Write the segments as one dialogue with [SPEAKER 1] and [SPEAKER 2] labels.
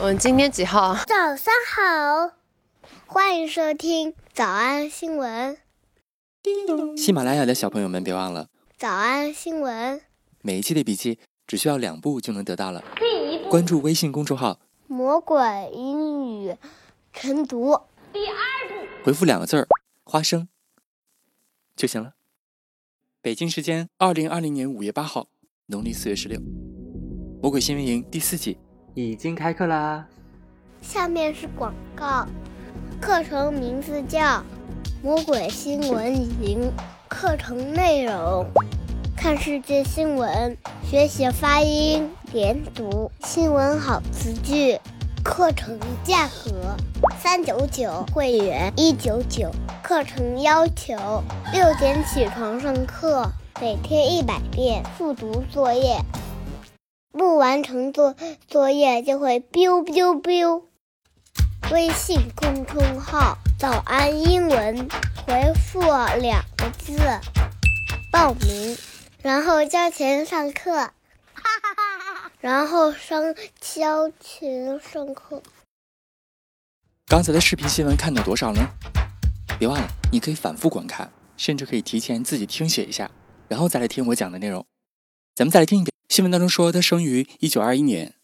[SPEAKER 1] 嗯，今天几号？
[SPEAKER 2] 早上好，欢迎收听早安新闻。
[SPEAKER 3] 喜马拉雅的小朋友们，别忘了
[SPEAKER 2] 早安新闻，
[SPEAKER 3] 每一期的笔记只需要两步就能得到了。关注微信公众号，
[SPEAKER 2] 魔鬼英语晨读。
[SPEAKER 3] 回复两个字儿“花生”就行了。北京时间二零二零年五月八号，农历四月十六，魔鬼新闻营第四季已经开课啦！
[SPEAKER 2] 下面是广告，课程名字叫《魔鬼新闻营》，课程内容：看世界新闻，学习发音、连读、新闻好词句。课程价格三九九，会员一九九。课程要求六点起床上课，每天一百遍复读作业，不完成作作业就会 biu biu biu。微信公众号“早安英文”，回复两个字报名，然后交钱上 课。然后上交钱上课。
[SPEAKER 3] 刚才的视频新闻看到多少呢？别忘了，你可以反复观看，甚至可以提前自己听写一下，然后再来听我讲的内容。咱们再来听一遍。新闻当中说，他生于一九二一年，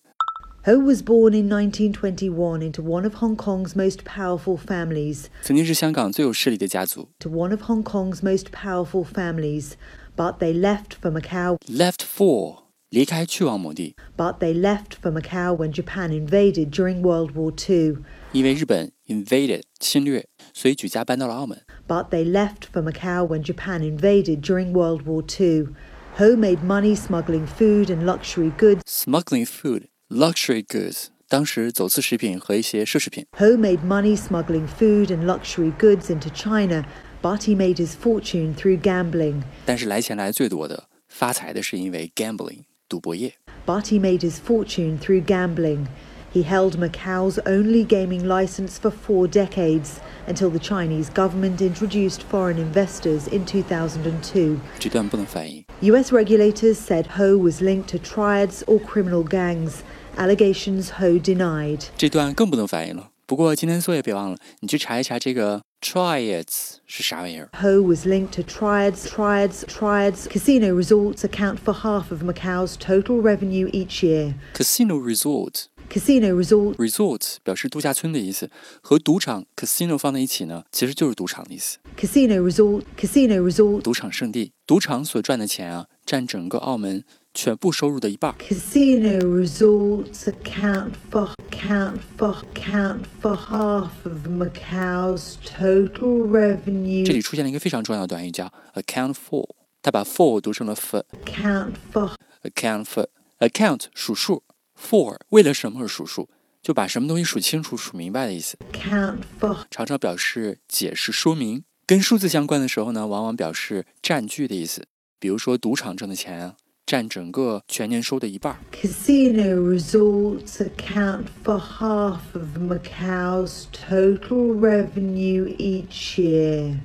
[SPEAKER 4] Ho was born in 1921 into one of Hong Kong's most powerful families,
[SPEAKER 3] 曾经是香港最有势力的家族
[SPEAKER 4] to one of Hong Kong's most powerful families, but they left for Macau,
[SPEAKER 3] Left for 离开去往某地，
[SPEAKER 4] but they left for Macau when Japan invaded during World War II,
[SPEAKER 3] 因为日本 invaded 侵略，所以举家搬到了澳门。
[SPEAKER 4] but they left for Macau when Japan invaded during World War II. Ho made money smuggling food and luxury goods.
[SPEAKER 3] Smuggling food, luxury goods，当时走私食品和一些奢侈品。
[SPEAKER 4] Ho made money smuggling food and luxury goods into China, but he made his fortune through gambling.
[SPEAKER 3] 但是来钱来最多的发财的是因为 gambling 赌博业。
[SPEAKER 4] but he made his fortune through gambling. He held Macau's only gaming license for four decades until the Chinese government introduced foreign investors in 2002.
[SPEAKER 3] 这段不能翻译。
[SPEAKER 4] US regulators said Ho was linked to triads or criminal gangs, allegations Ho denied.
[SPEAKER 3] 这段更不能翻译了。不过今天作业别忘了，你去查一查这个 triads 是啥玩意儿。
[SPEAKER 4] Ho was linked to triads, triads, triads. Casino resorts account for half of Macau's total revenue each year.
[SPEAKER 3] Casino resort
[SPEAKER 4] Casino resorts
[SPEAKER 3] resort 表示度假村的意思，和赌场 casino 放在一起呢，其实就是赌场的意思。
[SPEAKER 4] casino resort, casino resort.
[SPEAKER 3] 赌场圣地，赌场所赚的钱啊，占整个澳门全部收入的一半儿。
[SPEAKER 4] Casino resorts account for count for count for half of Macau's total
[SPEAKER 3] 这
[SPEAKER 4] revenue.
[SPEAKER 3] 里出现了一个非常重要的短语，叫 account for。它把 for 读成了 for。
[SPEAKER 4] Count for
[SPEAKER 3] account for account 数数，for 为了什么而数数，就把什么东西数清楚、数明白的意思，
[SPEAKER 4] count for
[SPEAKER 3] 常常表示解释、说明。跟数字相关的时候呢，往往表示占据的意思，比如说赌场挣的钱啊，占整个全年收的一半儿。
[SPEAKER 4] casino resorts account for half of Macau's total revenue each year.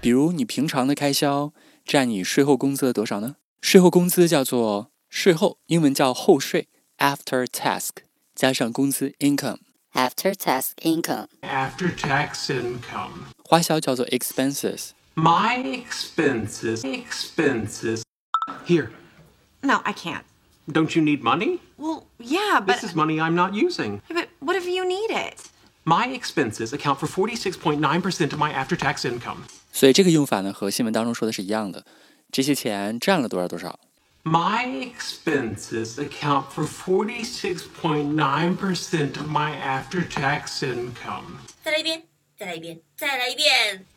[SPEAKER 3] 比如你平常的开销占你税后工资的多少呢？税后工资叫做税后，英文叫后税 （after tax），加上工资 （income），
[SPEAKER 5] after tax income.
[SPEAKER 6] after tax income.
[SPEAKER 3] 花销叫做 expenses。
[SPEAKER 6] My expenses, expenses. Here,
[SPEAKER 7] No, I can't.
[SPEAKER 6] don't you need money?
[SPEAKER 7] Well, yeah, but
[SPEAKER 6] this is money I'm not using.
[SPEAKER 7] but what if you need it?
[SPEAKER 6] My expenses account for 46.9% of my after tax income.
[SPEAKER 3] 所以这个用法呢，和新闻当中说的是一样的。这些钱占了多少多少？
[SPEAKER 6] My expenses account for 46.9% of my after tax income.
[SPEAKER 8] 再来一遍，再来一遍，再来一遍。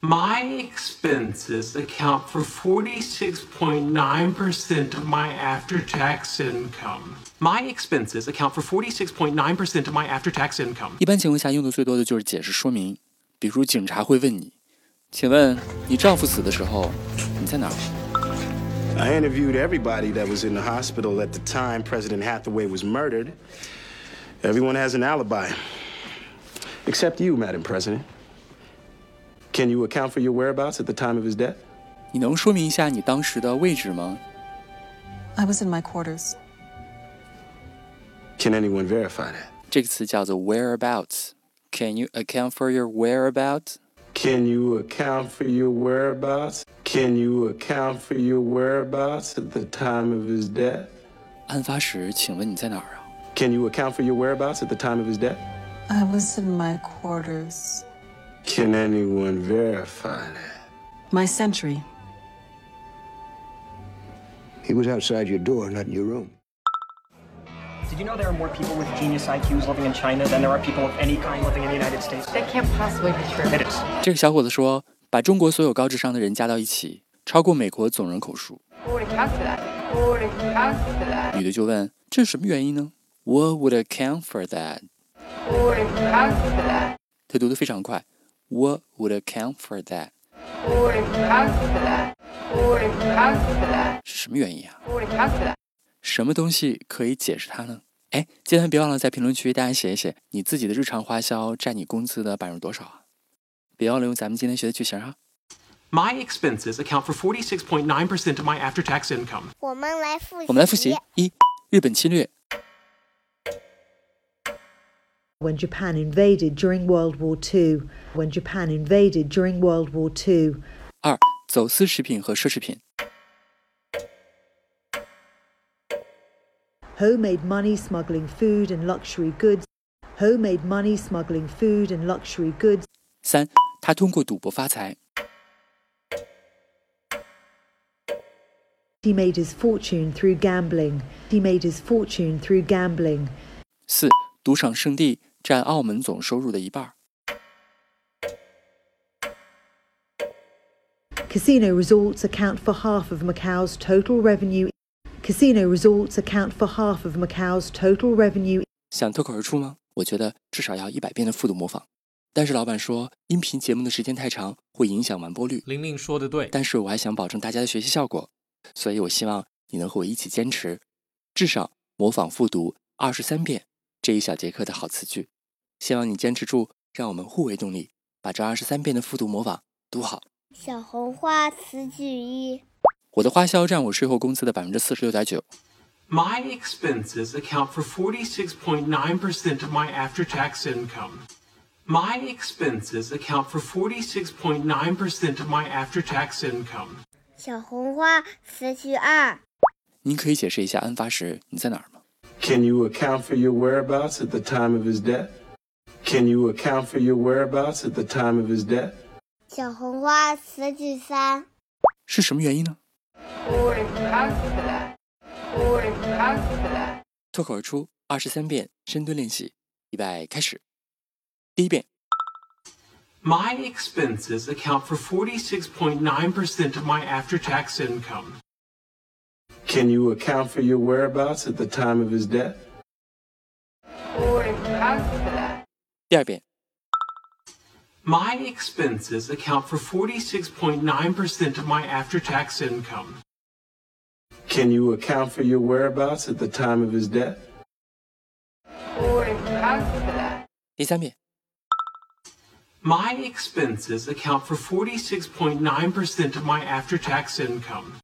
[SPEAKER 6] My expenses account for 46.9% of my after tax income. My expenses account for 46.9% of my after tax income.
[SPEAKER 3] 一般情况下用的最多的就是解释说明，比如警察会问你：“请问你丈夫死的时候你在哪儿
[SPEAKER 9] I interviewed everybody that was in the hospital at the time President Hathaway was murdered. Everyone has an alibi. Except you, Madam President. Can you account for your whereabouts at the time of his death?
[SPEAKER 3] 你能说明一下你当时的位置吗
[SPEAKER 10] I was in my quarters.
[SPEAKER 9] Can anyone verify that?
[SPEAKER 3] 这个词叫做 whereabouts。Can you account for your whereabouts？
[SPEAKER 9] Can you account for your whereabouts? Can you account for your whereabouts at the time of his death?
[SPEAKER 3] 案发时，请问你在哪儿啊？
[SPEAKER 9] Can you account for your whereabouts at the time of his death?
[SPEAKER 1] I was in my quarters.
[SPEAKER 9] Can anyone verify that?
[SPEAKER 1] My sentry.
[SPEAKER 10] He was outside your door, not in your room.
[SPEAKER 11] Did you know there are more people with genius IQs living in China than there are people of any kind living in the United States?
[SPEAKER 12] That can't possibly be true.
[SPEAKER 11] It is.
[SPEAKER 3] 这个小伙子说，把中国所有高智商的人加到一起，超过美国总人口数。
[SPEAKER 12] Who would account for that? Who would account for that?
[SPEAKER 3] 女的就问，这是什么原因呢？What would account for that？
[SPEAKER 12] Who would account for that?
[SPEAKER 3] 他读得非常快。What would account for that？
[SPEAKER 12] Who would account for that? Who would account for that?
[SPEAKER 3] 是什么原因啊？
[SPEAKER 12] Who would account for that?
[SPEAKER 3] 什么东西可以解释它呢？哎，今天别忘了在评论区大家写一写你自己的日常花销占你工资的百分之多少啊！别忘了用咱们今天学的句型啊。
[SPEAKER 6] My expenses account for 46.9% of my after tax income.
[SPEAKER 2] 我们来复习。
[SPEAKER 3] 我们来复习：一、日本侵略；
[SPEAKER 4] when Japan invaded during World War II, when Japan invaded during World War II,
[SPEAKER 3] 二、走私食品和奢侈品；
[SPEAKER 4] Ho made money smuggling food and luxury goods. Ho made money smuggling food and luxury goods.
[SPEAKER 3] 三、他通过赌博发财；
[SPEAKER 4] He made his fortune through gambling. He made his fortune through gambling.
[SPEAKER 3] 四、赌场圣地占澳门总收入的一半儿；
[SPEAKER 4] Casino resorts account for half of Macau's total revenue. Casino resorts account for half of Macau's total revenue.
[SPEAKER 3] 想脱口而出吗？我觉得至少要一百遍的复读模仿。但是老板说，音频节目的时间太长，会影响完播率。
[SPEAKER 13] 玲玲说的对，
[SPEAKER 3] 但是我还想保证大家的学习效果，所以我希望你能和我一起坚持，至少模仿复读二十三遍这一小节课的好词句。希望你坚持住，让我们互为动力，把这二十三遍的复读模仿读好。
[SPEAKER 2] 小红花词句一，
[SPEAKER 3] 我的花销占我税后工资的百分之四十六点九，
[SPEAKER 6] My expenses account for 46.9% of my after tax income. My expenses account for 46.9% of my after tax income.
[SPEAKER 2] 小红花词句二，
[SPEAKER 3] 您可以解释一下案发时你在哪儿吗？
[SPEAKER 9] Can you account for your whereabouts at the time of his death? Can you account for your whereabouts at the time of his death?
[SPEAKER 2] 小红花词句三，
[SPEAKER 3] 是什么原因呢？
[SPEAKER 12] Who would account for that? Who would account for that?
[SPEAKER 3] 脱口而出二十三遍深蹲练习，预备开始。第一遍，
[SPEAKER 6] My expenses account for 46.9% of my after tax income.
[SPEAKER 9] Can you account for your whereabouts at the time of his death?
[SPEAKER 12] Who would account for that?
[SPEAKER 3] 第二遍，
[SPEAKER 6] My expenses account for 46.9% of my after tax income.
[SPEAKER 9] Can you account for your whereabouts at the time of his death?
[SPEAKER 12] Who would account for that?
[SPEAKER 3] 第三遍，
[SPEAKER 6] My expenses account for 46.9% of my after tax income.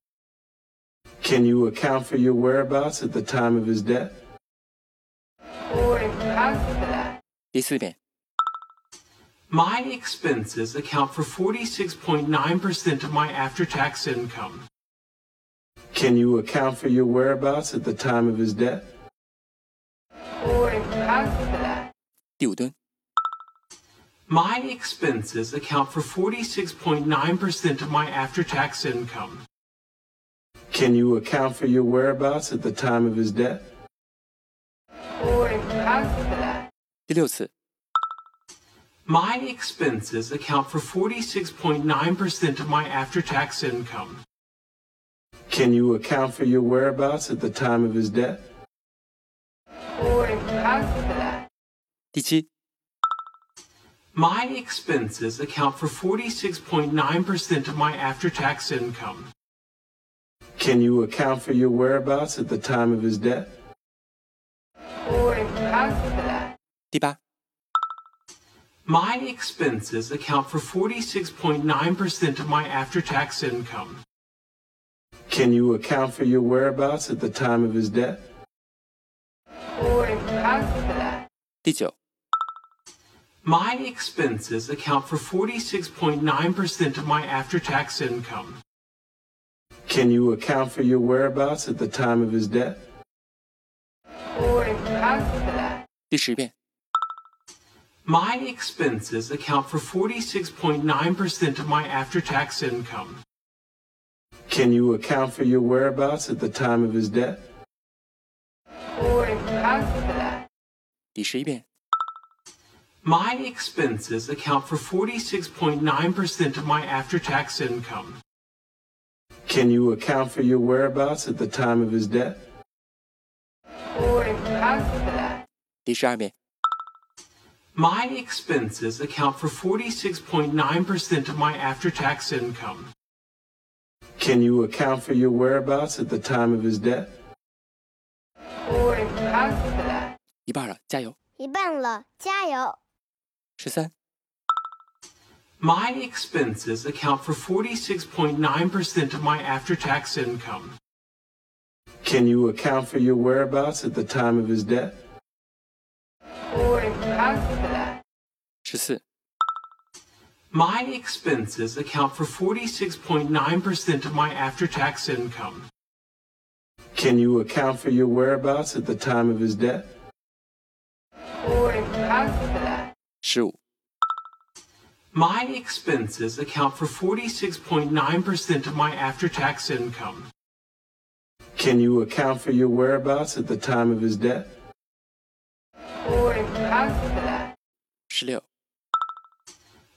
[SPEAKER 9] Can you account for your whereabouts at the time of his death?
[SPEAKER 12] Who would account for that?
[SPEAKER 3] 第四遍，
[SPEAKER 6] My expenses account for 46.9% of my after tax income.
[SPEAKER 9] Can you account for your whereabouts at the time of his death?
[SPEAKER 12] Who would account for that?
[SPEAKER 3] 第五蹲，
[SPEAKER 6] My expenses account for 46.9% of my after tax income.
[SPEAKER 9] Can you account for your whereabouts at the time of his death?
[SPEAKER 12] Who would account for that?
[SPEAKER 3] 第六次，
[SPEAKER 6] My expenses account for 46.9% of my after tax income.
[SPEAKER 9] Can you account for your whereabouts at the time of his death?
[SPEAKER 12] Who would account for that?
[SPEAKER 3] 第七，
[SPEAKER 6] My expenses account for 46.9% of my after tax income.
[SPEAKER 9] Can you account for your whereabouts at the time of his death?
[SPEAKER 12] Who would account for that?
[SPEAKER 3] 第八，
[SPEAKER 6] My expenses account for 46.9% of my after tax income.
[SPEAKER 9] Can you account for your whereabouts at the time of his death?
[SPEAKER 12] Who would account for that?
[SPEAKER 3] 第第九，
[SPEAKER 6] My expenses account for 46.9% of my after tax income.
[SPEAKER 9] Can you account for your whereabouts at the time of his death?
[SPEAKER 3] 第十遍，
[SPEAKER 6] My expenses account for 46.9% of my after tax income.
[SPEAKER 9] Can you account for your whereabouts at the time of his death?
[SPEAKER 3] 第十一遍，
[SPEAKER 6] My expenses account for 46.9% of my after tax income.
[SPEAKER 9] Can you account for your whereabouts at the time of his death?
[SPEAKER 3] 第十二遍，
[SPEAKER 6] My expenses account for 46.9% of my after tax income.
[SPEAKER 9] Can you account for your whereabouts at the time of his death?
[SPEAKER 3] 一半了，加油！
[SPEAKER 2] 一半了，加油！
[SPEAKER 3] 十三、
[SPEAKER 6] My expenses account for 46.9% of my after tax income.
[SPEAKER 9] Can you account for your whereabouts at the time of his death?
[SPEAKER 3] 十四、
[SPEAKER 6] My expenses account for 46.9% of my after tax income.
[SPEAKER 9] Can you account for your whereabouts at the time of his death?
[SPEAKER 3] 十五、
[SPEAKER 6] My expenses account for 46.9% of my after tax income.
[SPEAKER 9] Can you account for your whereabouts at the time of his death?
[SPEAKER 3] 十六、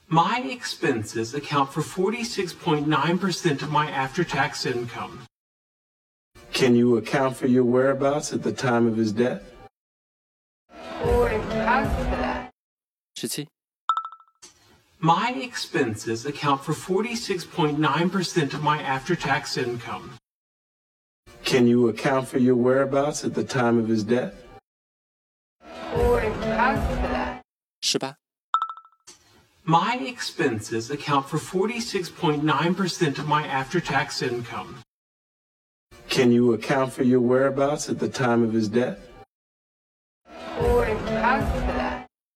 [SPEAKER 6] My expenses account for 46.9% of my after tax income.
[SPEAKER 9] Can you account for your whereabouts at the time of his death?
[SPEAKER 3] 十七、
[SPEAKER 6] My expenses account for 46.9% of my after tax income.
[SPEAKER 9] Can you account for your whereabouts at the time of his death?
[SPEAKER 3] 十八、
[SPEAKER 6] My expenses account for 46.9% of my after tax income.
[SPEAKER 9] Can you account for your whereabouts at the time of his death?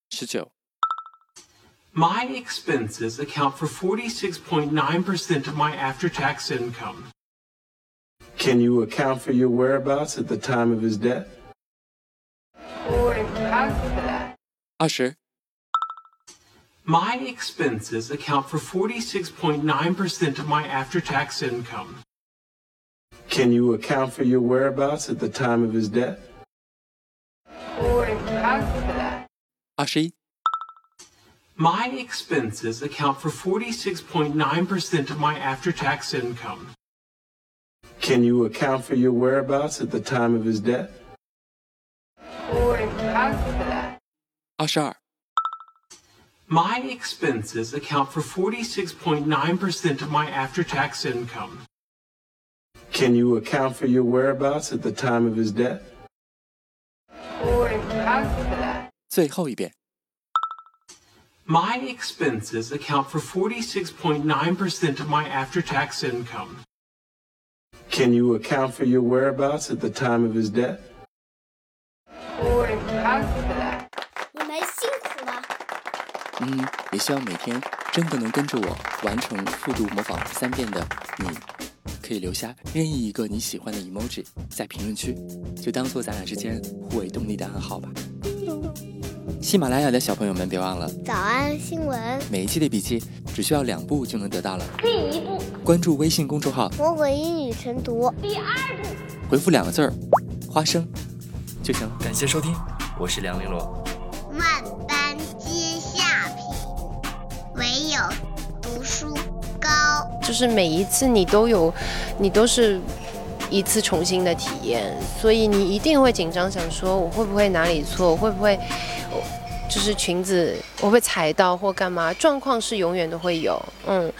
[SPEAKER 3] 十九、
[SPEAKER 6] My expenses account for 46.9% of my after tax income.
[SPEAKER 9] Can you account for your whereabouts at the time of his death?
[SPEAKER 3] 二十、
[SPEAKER 6] My expenses account for 46.9% of my after tax income.
[SPEAKER 9] Can you account for your whereabouts at the time of his death?
[SPEAKER 3] 二十一、
[SPEAKER 6] My expenses account for 46.9% of my after tax income.
[SPEAKER 9] Can you account for your whereabouts at the time of his death?
[SPEAKER 3] 二十二、
[SPEAKER 6] My expenses account for 46.9% of my after tax income.
[SPEAKER 9] Can you account for your whereabouts at the time of his death?
[SPEAKER 3] 最后一遍。
[SPEAKER 6] My expenses account for 46.9% of my after tax income.
[SPEAKER 9] Can you account for your whereabouts at the time of his death?
[SPEAKER 2] 你们辛苦了。
[SPEAKER 3] 嗯，也希望每天真的能跟着我完成复读模仿三遍的你，可以留下任意一个你喜欢的 emoji 在评论区，就当做咱俩之间互为动力的暗号吧。喜马拉雅的小朋友们，别忘了
[SPEAKER 2] 早安新闻，
[SPEAKER 3] 每一期的笔记只需要两步就能得到了。
[SPEAKER 2] 第一步，
[SPEAKER 3] 关注微信公众号，
[SPEAKER 2] 魔鬼英语晨读；第二步，
[SPEAKER 3] 回复两个字儿“花生”就行。感谢收听，我是梁玲珑。
[SPEAKER 13] 万般皆下品，唯有读书高。
[SPEAKER 14] 就是每一次你都有，你都是一次重新的体验，所以你一定会紧张，想说我会不会哪里错，我会不会我就是裙子我会踩到或干嘛，状况是永远都会有，嗯。